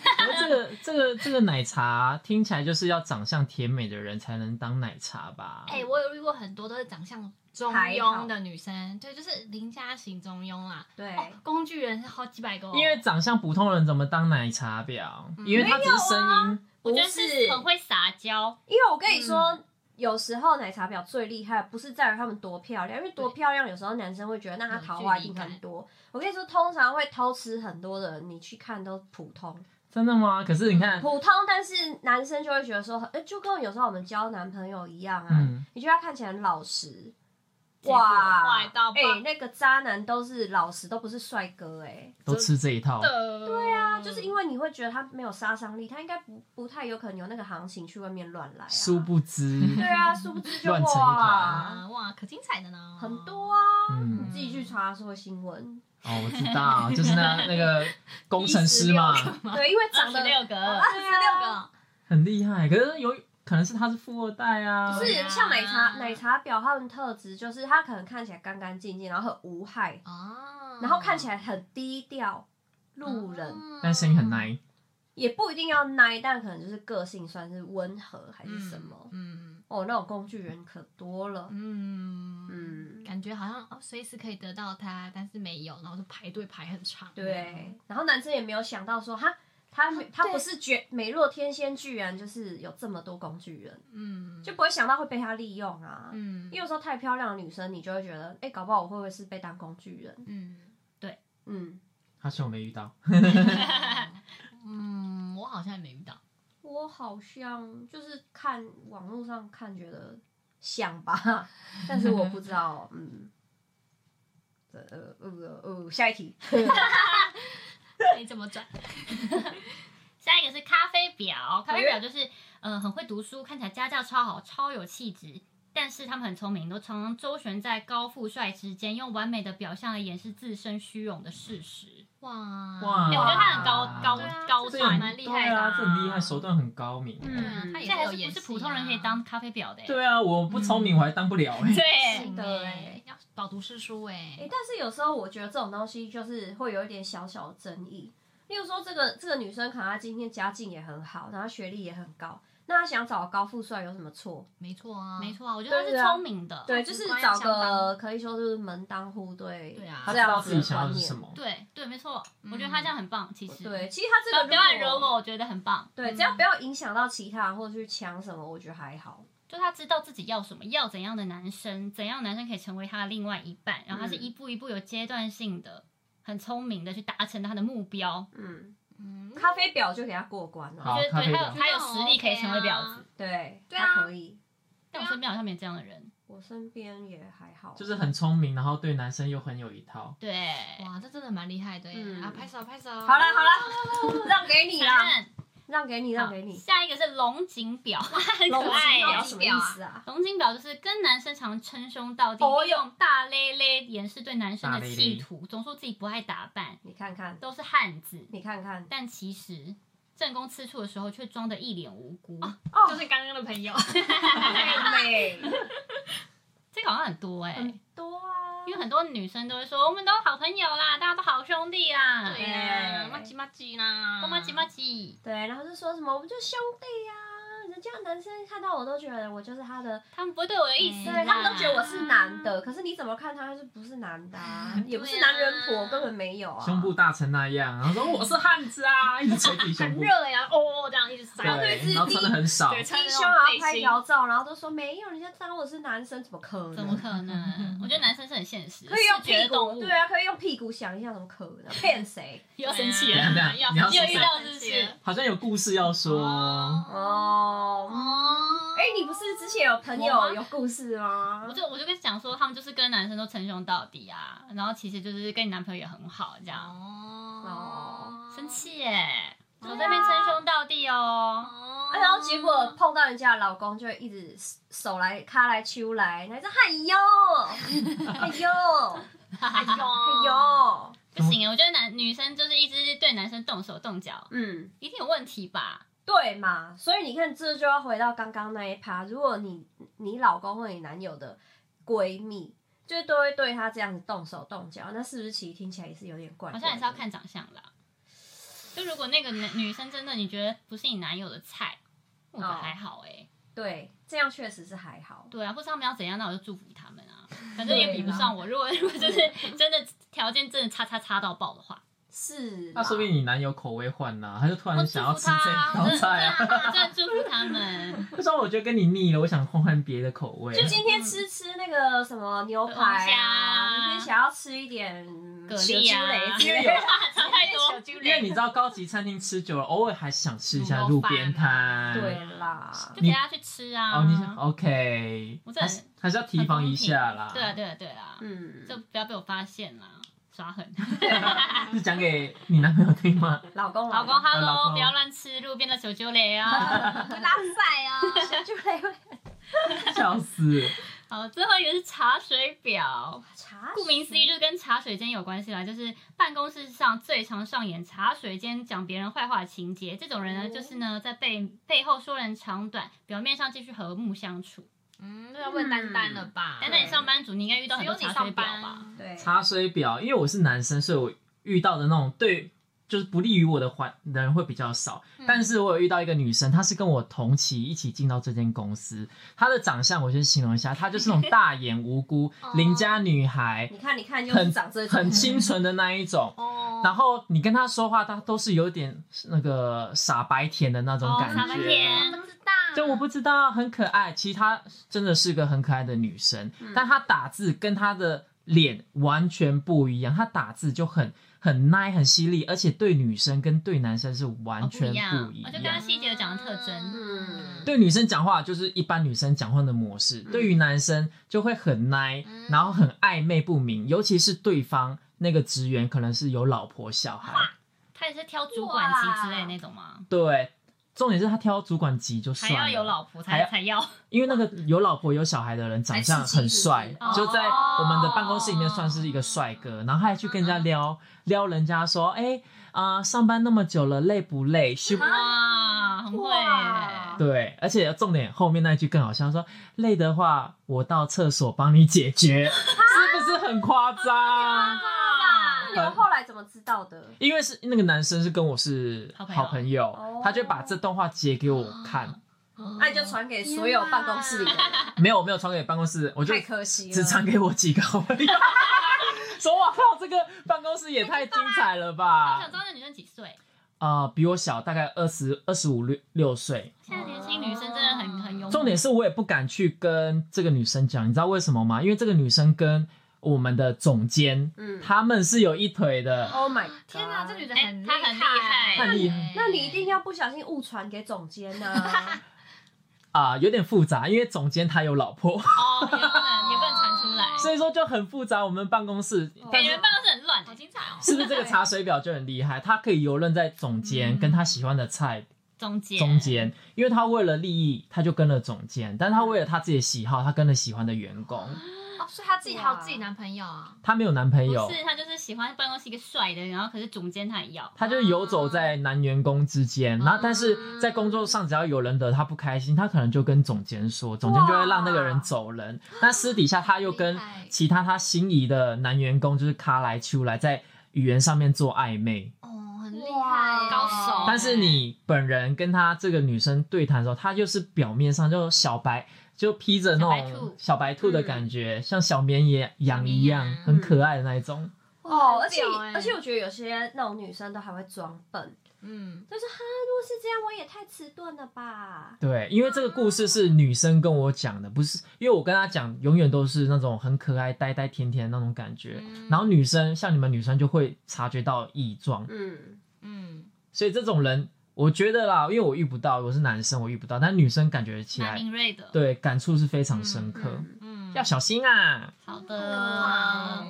Speaker 4: 怕。
Speaker 1: 可是这个这个这个奶茶听起来就是要长相甜美的人才能当奶茶吧？
Speaker 4: 哎、我有遇过很多都是长相中庸的女生，对，就是邻家型中庸啦。
Speaker 2: 对，
Speaker 4: 哦，工具人是好几百个、哦，
Speaker 1: 因为长相普通人怎么当奶茶婊？
Speaker 4: 嗯啊
Speaker 1: 因为他只是声音，
Speaker 3: 我
Speaker 2: 不
Speaker 3: 觉得是很会撒娇，
Speaker 2: 因为我跟你说，
Speaker 4: 嗯
Speaker 2: 有时候奶茶婊最厉害不是在于她们多漂亮，因为多漂亮有时候男生会觉得那她桃花一定很
Speaker 4: 嗯
Speaker 2: 多。我跟你说，通常会偷吃很多的人，你去看都普通
Speaker 1: 真的吗？可是你看，
Speaker 2: 普通，但是男生就会觉得说，哎、就跟有时候我们交男朋友一样啊，
Speaker 1: 嗯
Speaker 2: 你觉得他看起来很老实。
Speaker 3: 结果
Speaker 2: 哇
Speaker 4: 坏到，爆
Speaker 2: 哎、那个渣男都是老实，都不是帅哥哎、
Speaker 1: 都吃这一套，
Speaker 4: 的，对啊，
Speaker 2: 就是因为你会觉得他没有杀伤力，他应该不不太有可能有那个行情去外面乱来、啊。
Speaker 1: 殊不知，
Speaker 2: 对 啊，殊不知就
Speaker 1: 乱成一
Speaker 2: 哇，
Speaker 1: 团
Speaker 4: 啊，哇，可精彩的呢，
Speaker 2: 很多啊，
Speaker 1: 嗯
Speaker 2: 你自己去查社会新闻。
Speaker 1: 哦，我知道，就是那那个工程师 嘛，
Speaker 2: 对，因为
Speaker 3: 二
Speaker 2: 长
Speaker 3: 十
Speaker 2: 得
Speaker 3: 六个
Speaker 4: 二。十六个，
Speaker 1: 很厉害。可是有可能是他是富二代啊，
Speaker 2: 不
Speaker 4: 对
Speaker 2: 是
Speaker 4: 啊
Speaker 2: 像奶茶奶茶婊，他们特质就是他可能看起来干干净净，然后很无害，
Speaker 4: 哦，
Speaker 2: 然后看起来很低调，路人
Speaker 4: 哦
Speaker 1: 但声音很，nice。
Speaker 2: 也不一定要奶，但可能就是个性算是温和还是什么。
Speaker 4: 嗯
Speaker 2: 哦，那种工具人可多了。
Speaker 4: 嗯嗯，
Speaker 2: 嗯，
Speaker 4: 感觉好像哦，随时可以得到他，但是没有，然后就排队排很长，
Speaker 2: 对，然后男生也没有想到说哈。他没他不是绝美若天仙，居然就是有这么多工具人，
Speaker 4: 嗯，
Speaker 2: 就不会想到会被他利用啊。
Speaker 4: 嗯，
Speaker 2: 因为有时候太漂亮的女生，你就会觉得，哎、搞不好我会不会是被当工具人？
Speaker 4: 嗯
Speaker 2: 嗯，
Speaker 1: 他说我没遇到，
Speaker 4: 嗯，我好像也没遇到，
Speaker 2: 我好像就是看网络上看觉得像 吧，但是我不知道，嗯，呃呃呃呃，下一题，
Speaker 3: 啊
Speaker 4: 你怎么转？
Speaker 3: 下一个是咖啡婊，咖啡婊就是呃很会读书，看起来家教超好，超有气质。但是他们很聪明，都常常周旋在高富帅之间，用完美的表象来掩饰自身虚荣的事实。
Speaker 4: 哇
Speaker 1: 哇
Speaker 3: 哎、我觉得他很高高、
Speaker 1: 对
Speaker 4: 啊
Speaker 3: 高
Speaker 1: 这
Speaker 4: 这个也
Speaker 3: 帅
Speaker 1: 很，
Speaker 4: 蛮厉害的
Speaker 1: 对
Speaker 4: 啊
Speaker 1: 啊，这很厉害，手段很高明。
Speaker 4: 对
Speaker 2: 嗯
Speaker 4: 啊，他
Speaker 3: 这
Speaker 4: 也
Speaker 3: 还
Speaker 4: 有
Speaker 3: 是
Speaker 4: 演
Speaker 3: 不
Speaker 4: 戏
Speaker 3: 是
Speaker 4: 啊
Speaker 3: 普通人可以当咖啡婊的、欸？
Speaker 1: 对啊，我不聪明我还当不了哎。
Speaker 3: 对，
Speaker 4: 行
Speaker 2: 对
Speaker 4: 欸要饱读诗书哎
Speaker 2: 哎、，但是有时候我觉得这种东西就是会有一点小小的争议。例如说，这个这个女生可能她今天家境也很好，然后学历也很高，那她想找高富帅有什么错？
Speaker 4: 没错啊，
Speaker 3: 没。错啊，我觉得他是聪明的。
Speaker 2: 对，就是
Speaker 4: 官
Speaker 2: 找
Speaker 4: 相
Speaker 2: 个
Speaker 4: 当
Speaker 2: 可以说是门当户对，
Speaker 4: 对啊
Speaker 1: 他
Speaker 2: 这
Speaker 1: 知道
Speaker 2: 样
Speaker 1: 自
Speaker 2: 子
Speaker 1: 己
Speaker 2: 的
Speaker 1: 想要
Speaker 2: 观
Speaker 1: 的是
Speaker 2: 念
Speaker 1: 什。么。
Speaker 3: 对对，没错，我觉
Speaker 4: 嗯
Speaker 3: 得他这样很棒，其实。
Speaker 2: 对，其实他这个
Speaker 3: 不要来惹
Speaker 2: 如果
Speaker 3: 我，我觉得很棒。
Speaker 2: 对，
Speaker 4: 嗯
Speaker 2: 只要不要影响到其他人或者去抢什么，我觉得还好。
Speaker 3: 就他知道自己要什么，要怎样的男生，怎样的男生可以成为他的另外一半，然后
Speaker 4: 嗯
Speaker 3: 他是一步一步有阶段性的，很聪明的去达成他的目标。
Speaker 2: 嗯，
Speaker 4: 嗯
Speaker 2: 咖啡婊就给他过关了。
Speaker 1: 好
Speaker 3: 我觉得
Speaker 1: 咖啡
Speaker 3: 对他有
Speaker 1: 婊
Speaker 3: 他有实力可以成为婊子，
Speaker 2: 对，
Speaker 4: 对啊
Speaker 2: 他可以。
Speaker 3: 但我身边好像没有这样的人。
Speaker 2: 我身边也还好，
Speaker 1: 就是很聪明，然后对男生又很有一套。
Speaker 3: 对，
Speaker 4: 哇，这真的蛮厉害的耶！
Speaker 2: 嗯
Speaker 4: 啊，拍手拍手。
Speaker 2: 好啦好啦，让给你
Speaker 3: 承
Speaker 2: 啦，
Speaker 3: 认。
Speaker 2: 让给你，让给
Speaker 3: 好
Speaker 2: 你。
Speaker 3: 下一个是龙井婊，很
Speaker 2: 龙
Speaker 3: 可
Speaker 2: 井
Speaker 3: 爱耶
Speaker 2: 婊
Speaker 4: 表
Speaker 2: 什么意思啊？
Speaker 3: 龙井婊就是跟男生常称兄道弟，
Speaker 2: 哦哟
Speaker 3: 利用大咧咧掩饰对男生
Speaker 1: 大
Speaker 3: 的
Speaker 1: 咧咧
Speaker 3: 企图，总说自己不爱打扮，
Speaker 2: 你看看，
Speaker 3: 都是汉子，
Speaker 2: 你看看，
Speaker 3: 但其实正宫吃醋的时候却装得一脸无辜。
Speaker 2: 哦
Speaker 4: 就是刚刚的朋友，
Speaker 2: 妹 妹
Speaker 3: 这个好像很多哎、
Speaker 2: 很多啊
Speaker 3: 因。为很多女生都会说我们都是好朋友啦，大家都好兄弟啦，
Speaker 4: 对
Speaker 2: 呀
Speaker 4: 呀，麻吉麻吉啦，
Speaker 3: 妈妈吉妈吉。
Speaker 2: 对，然后就说什么我们就兄弟啊，能这样，男生看到我都觉得我就是他的，
Speaker 3: 他们不会对我有意思
Speaker 2: 对
Speaker 3: 啦，
Speaker 2: 啊他们都觉得我是男的，可是你怎么看他是不是男的、啊？也不是男人婆，根本没有啊。
Speaker 1: 胸部大成那样，然后说我是汉子啊，一直捶自己胸
Speaker 3: 很
Speaker 1: 部，
Speaker 3: 热呀，哦，这样一直塞，然后
Speaker 1: 对，
Speaker 3: 一
Speaker 1: 然后穿的很少，
Speaker 3: 对，穿
Speaker 2: 低
Speaker 3: 着
Speaker 2: 胸
Speaker 3: 那
Speaker 2: 然
Speaker 3: 种
Speaker 2: 后
Speaker 3: 背
Speaker 2: 拍
Speaker 3: 心，
Speaker 2: 摇照，然后都说没有，人家当我是男生，怎么可能？
Speaker 3: 啊怎么可能？我觉得男生是很现实，
Speaker 2: 可以用
Speaker 3: 视觉
Speaker 2: 屁
Speaker 3: 的动
Speaker 2: 股？
Speaker 3: 物，
Speaker 2: 对啊，可以用屁股想一下，怎么可能？骗谁？
Speaker 3: 又生气
Speaker 1: 等一下
Speaker 3: 了，
Speaker 1: 等一下你要
Speaker 3: 啊你有
Speaker 1: 说
Speaker 3: 遇
Speaker 1: 谁？
Speaker 3: 到是不是？
Speaker 1: 好像有故事要说，
Speaker 2: 哦，
Speaker 3: 哦，
Speaker 2: 哎、你不是之前有朋
Speaker 3: 我
Speaker 2: 友
Speaker 3: 吗
Speaker 2: 有故事吗
Speaker 3: 我？就我就跟你讲说，他们就是跟男生都称兄道弟啊，然后其实就是跟你男朋友也很好，这样
Speaker 4: 哦，
Speaker 3: 生气耶，我在那边称兄道弟哦，
Speaker 4: 哦，
Speaker 2: 啊然后结果碰到人家的老公，就会一直手来、卡来、揪来，然后就哎呦，哎 呦，
Speaker 4: 哎呦
Speaker 2: 哎呦，
Speaker 3: 不行耶，我觉得男女生就是一直对男生动手动脚，
Speaker 2: 嗯，
Speaker 3: 一定有问题吧？
Speaker 2: 对嘛。所以你看，这就要回到刚刚那一趴。如果你你老公或你男友的闺蜜，就都会对他这样子动手动脚，那是不是其实听起来也是有点怪
Speaker 3: 好
Speaker 2: 怪的？
Speaker 3: 像也是要看长相啦。就如果那个男女生真的你觉得不是你男友的菜，我觉得
Speaker 2: 哦
Speaker 3: 还好哎。
Speaker 2: 对，这样确实是还好。
Speaker 3: 对啊，或是他们要怎样，那我就祝福他们啊。反正也比不上我。如果如果就是真的条件真的差差差到爆的话，
Speaker 2: 是啦，
Speaker 1: 那说不定你男友口味换了，他就突
Speaker 3: 我
Speaker 1: 然
Speaker 3: 祝
Speaker 1: 想要
Speaker 3: 福
Speaker 1: 吃这
Speaker 3: 他，
Speaker 1: 道菜 啊。
Speaker 3: 真的祝福他们。
Speaker 1: 他说我觉得跟你腻了，我想换换别的口味。
Speaker 2: 就今
Speaker 3: 嗯
Speaker 2: 天吃吃那个什么牛排
Speaker 3: 龙虾
Speaker 2: 啊，明天想要吃一点
Speaker 3: 嗯蛤蜊啊，
Speaker 2: 小猪雷之类的
Speaker 3: 差太多。
Speaker 1: 因为你知道高级餐厅吃久了，偶尔还想吃一下路边
Speaker 3: 卤肉饭啊
Speaker 1: 摊。
Speaker 2: 对啦，
Speaker 3: 就陪他去吃啊。
Speaker 1: 哦，你想 OK，
Speaker 3: 我真
Speaker 1: 还
Speaker 3: 的
Speaker 1: 是还是要提防一下啦。
Speaker 3: 对啊，对啊，对啊，
Speaker 2: 嗯，
Speaker 3: 就不要被我发现啦，耍狠。
Speaker 1: 是讲给你男朋友听 吗？
Speaker 2: 老公
Speaker 3: 老公
Speaker 2: 公
Speaker 1: 啊老
Speaker 3: ，hello，
Speaker 1: 公
Speaker 3: 不要乱吃路边的手揪雷啊。
Speaker 4: 拉塞啊，
Speaker 2: 小猪雷会
Speaker 1: 笑死！
Speaker 3: 好，最后一个是茶水表，
Speaker 2: 茶，
Speaker 3: 顾名思义就是跟茶水间有关系啦，就是办公室上最常上演茶水间讲别人坏话的情节。这种人呢，
Speaker 2: 哦
Speaker 3: 就是呢在背背后说人长短，表面上继续和睦相处。
Speaker 4: 嗯，这要问丹丹了
Speaker 1: 啊
Speaker 4: 吧？
Speaker 3: 但那嗯你上班族，你应该遇到
Speaker 4: 只
Speaker 3: 很
Speaker 4: 有
Speaker 3: 多
Speaker 4: 你
Speaker 3: 茶水
Speaker 4: 上
Speaker 3: 表
Speaker 4: 班
Speaker 3: 吧？？
Speaker 2: 对，
Speaker 1: 茶水表，因为我是男生，所以我遇到的那种对就是不利于我的环人会比较少。
Speaker 4: 嗯
Speaker 1: 但
Speaker 3: 嗯
Speaker 1: 是我有遇到一个女生，她是跟我同期一起进到这间公司，她的长相我先形容一下，她就是那种大眼无辜
Speaker 4: 哦
Speaker 1: 邻家女孩，
Speaker 2: 你看你看就是
Speaker 1: 很
Speaker 2: 长这种
Speaker 1: 很清纯的那一种。
Speaker 4: 哦，
Speaker 1: 然后你跟她说话，她都是有点那个傻白甜的那种
Speaker 3: 哦
Speaker 1: 感觉。
Speaker 3: 傻白甜
Speaker 4: 不知道，
Speaker 3: 嗯
Speaker 1: 就我不知道，很可爱。其实她真的是个很可爱的女生，
Speaker 3: 嗯
Speaker 1: 但她打字跟她的脸完全不一样。她打字就很很 nice，很犀利，而且对女生跟对男生是完全不
Speaker 3: 哦不
Speaker 1: 一
Speaker 3: 一样
Speaker 1: 样。
Speaker 3: 我就刚刚细节地讲的特征
Speaker 2: 嗯
Speaker 1: 对女生讲话就是一般女生讲话的模式，
Speaker 3: 嗯
Speaker 1: 对于男生就会很 nice，
Speaker 4: 嗯
Speaker 1: 然后很暧昧不明，尤其是对方那个职员可能是有老婆小孩，
Speaker 3: 他也是挑主
Speaker 4: 啊
Speaker 3: 管级之类的那种吗？
Speaker 1: 对。重点是他挑主管级就
Speaker 3: 还
Speaker 1: 算了，
Speaker 3: 要有老婆
Speaker 1: 还
Speaker 3: 才
Speaker 1: 要
Speaker 3: 才要，
Speaker 1: 因为那个有老婆有小孩的人长相很帅
Speaker 2: 还，
Speaker 3: 刺激是
Speaker 1: 就
Speaker 3: 不是
Speaker 1: 在
Speaker 3: 哦
Speaker 1: 我们的办公室里面
Speaker 2: 哦
Speaker 1: 算是一个帅哥，然后他还去跟人家
Speaker 2: 嗯
Speaker 1: 撩撩人家说，哎啊、上班那么久了累不累？需不
Speaker 3: 哇，啊很会耶
Speaker 2: 哇。
Speaker 1: 对，而且重点后面那一句更好笑，说累的话我到厕所帮你解决，是不是很夸张？
Speaker 2: 那你们后来怎么知道的？
Speaker 1: 因为是那个男生是跟我是
Speaker 3: 好朋友
Speaker 1: 好朋友，
Speaker 2: 哦
Speaker 1: 他就把这段话截给我看，
Speaker 2: 那你就传给所有办公室里的 人，
Speaker 1: 没有没有传给办公室，我就
Speaker 2: 太可惜了。
Speaker 1: 只传给我几个好朋友。 说哇靠，这个办公室也太精彩了
Speaker 3: 我想
Speaker 1: 吧
Speaker 3: 知！道那女生几岁？
Speaker 1: 啊、比我小大概二十二十五六六岁。
Speaker 3: 现在年轻女生真的很很勇敢。
Speaker 1: 重点是我也不敢去跟这个女生讲，你知道为什么吗？因为这个女生跟我们的总监，
Speaker 2: 嗯
Speaker 1: 他们是有一腿
Speaker 3: 哦
Speaker 1: 的。
Speaker 2: ，Oh my，God
Speaker 4: 天哪，这女的
Speaker 3: 哎
Speaker 4: 很
Speaker 3: 她很厉害
Speaker 1: 她很厉害
Speaker 2: 那你一定要不小心误传给总监呢。
Speaker 1: 啊、有点复杂，因为总监他有老婆，
Speaker 3: 哦，也不能也不能传出来。
Speaker 1: 所以说就很复杂。我们办公室，但
Speaker 3: 感觉
Speaker 1: 是
Speaker 3: 办公室很乱
Speaker 4: 好
Speaker 3: 欸，
Speaker 4: 精彩哦！
Speaker 1: 是不是这个茶水表就很厉害？他可以游刃在总
Speaker 3: 嗯
Speaker 1: 监跟他喜欢的菜
Speaker 3: 中间
Speaker 1: 中间，因为他为了利益，他就跟了总监，但他为了他自己的喜好，他跟了喜欢的员工，
Speaker 4: 哦，所以她自己还有自己男朋友啊，
Speaker 1: 他没有男朋友
Speaker 3: 哦不，是他就是喜欢办公室一个帅的，然后可是总监他也要。
Speaker 1: 他就游走在男员工之
Speaker 3: 啊
Speaker 1: 间。然后，但是在工作上，只要有人惹他不开心，他可能就跟总监说，总监就会让那个人走人。那私底下他又跟
Speaker 4: 厉害
Speaker 1: 其他他心仪的男员工，就是卡来出来，在语言上面做暧昧，
Speaker 4: 哦，很厉
Speaker 2: 哇
Speaker 4: 害，
Speaker 3: 高手
Speaker 1: 但但是你本人跟她这个女生对谈的时候，她就是表面上就小白，就披着那
Speaker 3: 小白
Speaker 1: 种
Speaker 3: 兔嗯
Speaker 1: 小白兔的感觉，像小绵羊羊一样
Speaker 3: 小绵，羊
Speaker 1: 很可爱的那一种。
Speaker 2: 哦，而且
Speaker 4: 很屌欸
Speaker 2: 而且我觉得有些那种女生都还会装笨，
Speaker 4: 嗯，
Speaker 2: 就是哈，如果是这样，我也太迟钝了吧。
Speaker 1: 对，因为这个故事是女生跟我讲的，不是因为我跟她讲，永远都是那种很可爱、呆呆甜甜的那种感觉。
Speaker 4: 嗯
Speaker 1: 然后女生像你们女生就会察觉到异状，
Speaker 2: 嗯，
Speaker 4: 嗯，
Speaker 1: 所以这种人，我觉得啦，因为我遇不到，我是男生，我遇不到，但女生感觉起
Speaker 3: 蛮
Speaker 1: 来，
Speaker 3: 敏锐的。，
Speaker 1: 对感触是非常深刻，
Speaker 2: 嗯
Speaker 4: 嗯
Speaker 1: 要小心啊！
Speaker 3: 好
Speaker 2: 哇
Speaker 3: 的。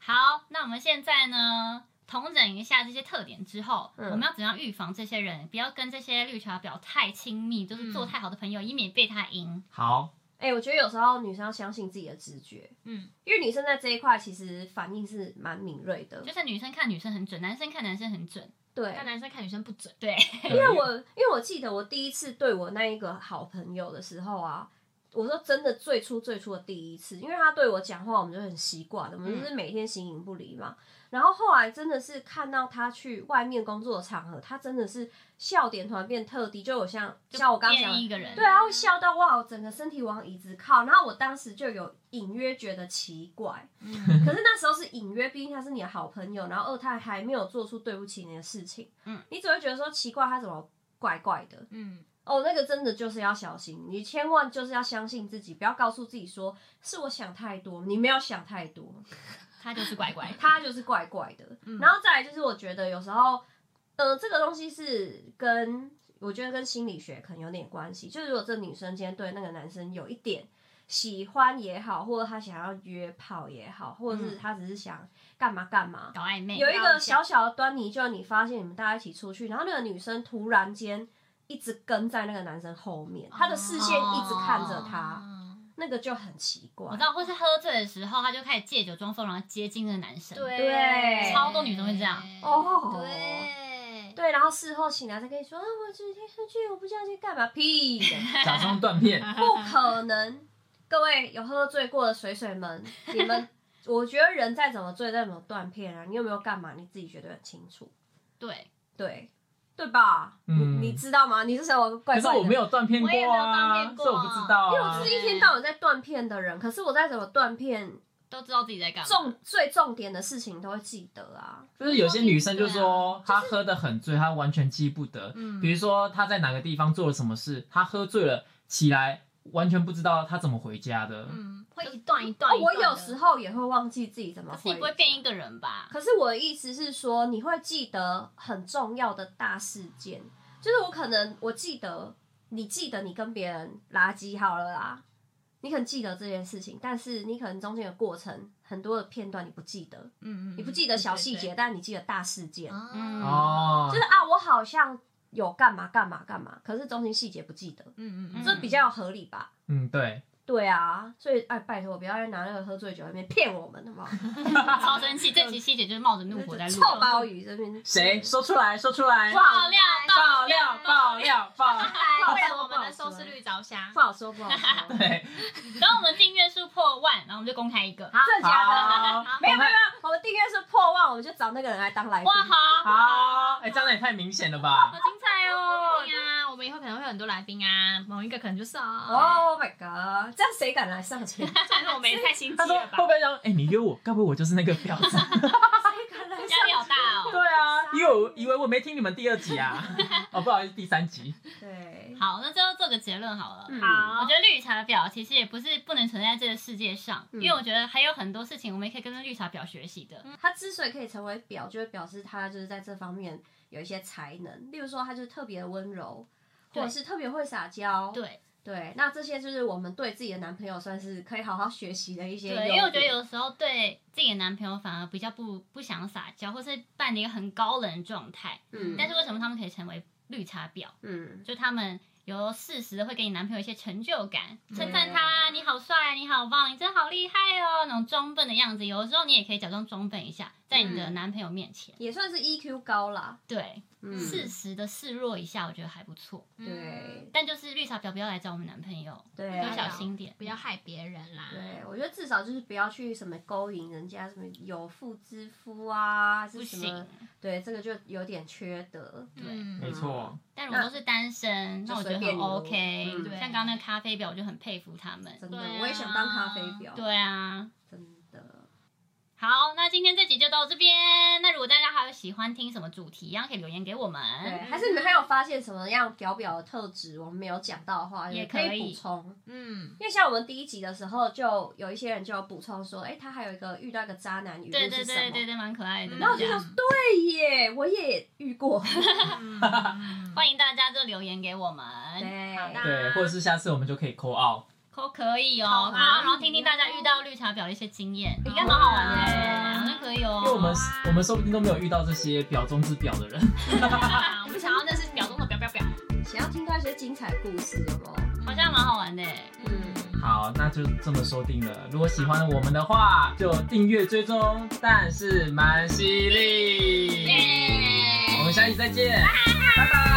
Speaker 3: 好，那我们现在呢，统整一下这些特点之后，
Speaker 2: 嗯
Speaker 3: 我们要怎样预防这些人？不要跟这些绿茶婊太亲密，就是做
Speaker 4: 嗯
Speaker 3: 太好的朋友，以免被他赢。
Speaker 1: 好，
Speaker 2: 哎、我觉得有时候女生要相信自己的直觉，
Speaker 4: 嗯，
Speaker 2: 因为女生在这一块其实反应是蛮敏锐的
Speaker 3: 就。是女生看女生很准，男生看男生很准。
Speaker 2: 对，
Speaker 4: 看男生看女生不准，
Speaker 3: 对，
Speaker 1: 因
Speaker 2: 因为我因为我记得我第一次对我那一个好朋友的时候啊，我说真的最初最初的第一次，因为他对我讲话，我们就很习惯了，我们就是每天形影不离嘛。然后后来真的是看到他去外面工作的场合，他真的是笑点突然变特低，就有像像我刚刚讲
Speaker 3: 变
Speaker 2: 的
Speaker 3: 一个人，
Speaker 2: 对，啊，会笑到哇，我整个身体往椅子靠。然后我当时就有隐约觉得奇怪，
Speaker 4: 嗯
Speaker 2: 可是那时候是隐约，毕竟他是你的好朋友，然后二太还没有做出对不起你的事情，
Speaker 3: 嗯，
Speaker 2: 你只会觉得说奇怪，他怎么怪怪的？
Speaker 4: 嗯，
Speaker 2: 哦，那个真的就是要小心，你千万就是要相信自己，不要告诉自己说是我想太多，你没有想太多，
Speaker 3: 他就是乖乖。
Speaker 2: 他就是怪怪的。
Speaker 3: 嗯
Speaker 2: 然后再来就是，我觉得有时候，呃，这个东西是跟我觉得跟心理学可能有点关系。就是如果这女生今天对那个男生有一点喜欢也好，或者她想要约炮也好，或
Speaker 3: 嗯
Speaker 2: 者是她只是想干嘛干嘛，
Speaker 3: 搞暧昧，
Speaker 2: 有一
Speaker 4: 闹
Speaker 2: 个
Speaker 4: 一下
Speaker 2: 小小的端倪，就是你发现你们大家一起出去，然后那个女生突然间。一直跟在那个男生后面，她的视线一直看着他，
Speaker 4: 嗯
Speaker 2: 那个就很奇怪。
Speaker 3: 哦我知道，或是喝醉的时候，他就开始借酒装疯，然后接近那个男生。，
Speaker 2: 对
Speaker 3: 超多女生会这样
Speaker 2: 哦
Speaker 4: 对，
Speaker 2: 对，然后事后醒来才跟你说，啊，我昨天出去，我不知道去干嘛，屁的，
Speaker 1: 假装断片，
Speaker 2: 不可能。各位有喝醉过的水水们，你们，我觉得人再怎么醉，再怎么断片啊，你有没有干嘛，你自己绝对很清楚，
Speaker 3: 对，
Speaker 2: 对，对吧？
Speaker 1: 嗯
Speaker 2: 你你知道吗？你是什么 怪
Speaker 1: 可
Speaker 2: 怪
Speaker 1: 是
Speaker 2: 的？
Speaker 1: 我没有断片
Speaker 3: 我也
Speaker 1: 过
Speaker 3: 没有断
Speaker 1: 啊，
Speaker 3: 片过
Speaker 1: 所以我不知道
Speaker 2: 因为
Speaker 1: 啊
Speaker 2: 我是。一天到晚在断片的人，可是我再怎么断片，
Speaker 3: 都知道自己在干嘛。
Speaker 2: 重最重点的事情都会记得啊。
Speaker 1: 就是有些女生就说她喝得很醉，她完全记不得。
Speaker 4: 嗯
Speaker 1: 比如说她在哪个地方做了什么事，她喝醉了起来，完全不知道她怎么回家的。
Speaker 4: 嗯，会一段一段
Speaker 2: 哦
Speaker 4: 一段的，
Speaker 2: 我有时候也会忘记自己怎么回
Speaker 3: 可是
Speaker 2: 家，
Speaker 3: 你不会变一个 人吧？
Speaker 2: 可是我的意思是说，你会记得很重要的大事件，就是我可能我记得，你记得你跟别人垃圾好了啦，你可能记得这件事情，但是你可能中间的过程很多的片段你不记得，
Speaker 4: 嗯，嗯嗯，
Speaker 2: 你不记得小细
Speaker 4: 对
Speaker 2: 节，，但你记得大事件，
Speaker 3: 嗯
Speaker 4: 嗯
Speaker 1: 哦
Speaker 2: 就，是啊，我好像有干嘛干嘛干嘛，可是中间细节不记得，
Speaker 4: 嗯嗯，
Speaker 2: 这比较合理吧？
Speaker 1: 嗯，对，
Speaker 2: 对啊，所以哎，拜托不要再拿那个喝醉酒在那边骗我们，好不好？
Speaker 3: 超生气，这期细姐就是冒着怒火在录。
Speaker 2: 臭鲍鱼这边
Speaker 1: 谁说出来？说出来！
Speaker 3: 爆料爆料爆料！
Speaker 1: 料爆！
Speaker 4: 来为了我们的收视率着想
Speaker 2: 不，好说，不好说。
Speaker 1: 对，
Speaker 3: 等我们订阅数破万，然后我们就公开一个。
Speaker 2: 真的假的？
Speaker 1: 好，
Speaker 2: 没有没有没
Speaker 1: 有，
Speaker 2: 有，我们订阅是破万，我们就找那个人来当来宾。
Speaker 3: 哇，好，
Speaker 1: 好，哎，这样也太明显了吧
Speaker 3: 好？精彩 哦
Speaker 4: 对！呀，啊我们以后可能会有很多来宾啊，某一个可能就是哦，
Speaker 2: ！Oh my god！这样谁敢来上 节目？
Speaker 4: 算是我们也太心机
Speaker 1: 他说
Speaker 4: 了
Speaker 1: 会不
Speaker 4: 吧？
Speaker 1: 会讲？哎，你约我，该不会我就是那个婊子？
Speaker 2: 谁敢来上节
Speaker 3: 压
Speaker 2: 目？
Speaker 3: 力好大 哦。
Speaker 1: 对 啊，因为我以为我没听你们第二集啊， 哦，不好意思，第三集。
Speaker 2: 对，
Speaker 3: 好，那最后做个结论好了。
Speaker 2: 嗯
Speaker 3: 我觉得绿茶婊其实也不是不能存在这个世界上，
Speaker 2: 嗯
Speaker 3: 因为我觉得还有很多事情我们也可以跟绿茶婊学习的。
Speaker 2: 他之所以可以成为表，就会表示他就是在这方面有一些才能，例如说他就是特别温柔，或
Speaker 3: 对
Speaker 2: 者是特别会撒娇。
Speaker 3: 对
Speaker 2: 对，那这些就是我们对自己的男朋友算是可以好好学习的一些优点。
Speaker 3: 对，因为我觉得有时候对自己的男朋友反而比较不不想撒娇，或是扮演一个很高冷的状态。
Speaker 2: 嗯
Speaker 3: 但是为什么他们可以成为绿茶婊？
Speaker 2: 嗯，
Speaker 3: 就他们有适时的会给你男朋友一些成就感，称赞他你好帅，你好棒，你真好厉害哦，那种装笨的样子，有时候你也可以假装装笨一下，在你
Speaker 2: 嗯
Speaker 3: 的男朋友面前，
Speaker 2: 也算是 EQ 高啦。
Speaker 3: 对，
Speaker 2: 嗯，
Speaker 3: 适时的示弱一下，我觉得还不错。
Speaker 4: 嗯
Speaker 2: 对
Speaker 3: 但就是绿茶婊不要来找我们男朋友，
Speaker 2: 对
Speaker 3: 嗯要
Speaker 2: 啊，
Speaker 3: 小心点。
Speaker 4: 不要害别人啦。
Speaker 2: 对，我觉得至少就是不要去什么勾引人家，什么有妇之夫啊，
Speaker 3: 不
Speaker 2: 是什么
Speaker 3: 行？，
Speaker 2: 对，这个就有点缺德。
Speaker 4: 嗯
Speaker 1: 没错，
Speaker 3: 但如果都是单身，那我觉得
Speaker 2: 就随便
Speaker 3: 很
Speaker 2: 你咯
Speaker 3: OK
Speaker 2: 嗯。
Speaker 4: 对
Speaker 3: 像刚刚那个咖啡婊，我就很佩服他们。
Speaker 2: 真的，
Speaker 4: 对啊
Speaker 2: 我也想当咖啡婊。，
Speaker 3: 对啊，
Speaker 2: 真的。
Speaker 3: 好，那今天这集就到这边。那如果大家还有喜欢听什么主题，一样可以留言给我
Speaker 2: 对，
Speaker 3: 们。
Speaker 2: 还是你们还有发现什么样表表的特质我们没有讲到的话，
Speaker 3: 也
Speaker 2: 可
Speaker 3: 可
Speaker 2: 以
Speaker 3: 以
Speaker 2: 补充。
Speaker 4: 嗯，
Speaker 2: 因为像我们第一集的时候，就有一些人就有补充说，哎、他还有一个遇到一个渣男语录
Speaker 3: 对对
Speaker 2: 是什
Speaker 3: 对
Speaker 2: 么？
Speaker 3: 对对，蛮可爱的。
Speaker 4: 嗯
Speaker 2: 然后我就
Speaker 3: 这
Speaker 2: 想
Speaker 3: 样
Speaker 2: 说，对耶，我也遇 过。
Speaker 4: 嗯
Speaker 3: 欢迎大家就留言给我们，
Speaker 2: 对，
Speaker 4: 好的
Speaker 1: 对，或者是下次我们就可以 call out。
Speaker 3: 可可以哦。
Speaker 4: 好
Speaker 3: 好，
Speaker 4: 啊
Speaker 3: 然后听听大家遇到绿茶婊的一些经验，
Speaker 2: 好啊
Speaker 3: 应该蛮好玩 的耶，好像可以
Speaker 1: 因为我
Speaker 3: 哦。
Speaker 1: 们我们说不定都没有遇到这些表中之表的人。
Speaker 4: 啊我们想要认识表中的表表表。
Speaker 2: 想要听到一些精彩故事，有没有？
Speaker 3: 好像蛮好玩的耶。欸
Speaker 2: 嗯
Speaker 1: 好，那就这么说定了。如果喜欢我们的话，就订阅追踪，但是蛮犀利。
Speaker 3: 耶
Speaker 1: 我们下期再见，拜拜。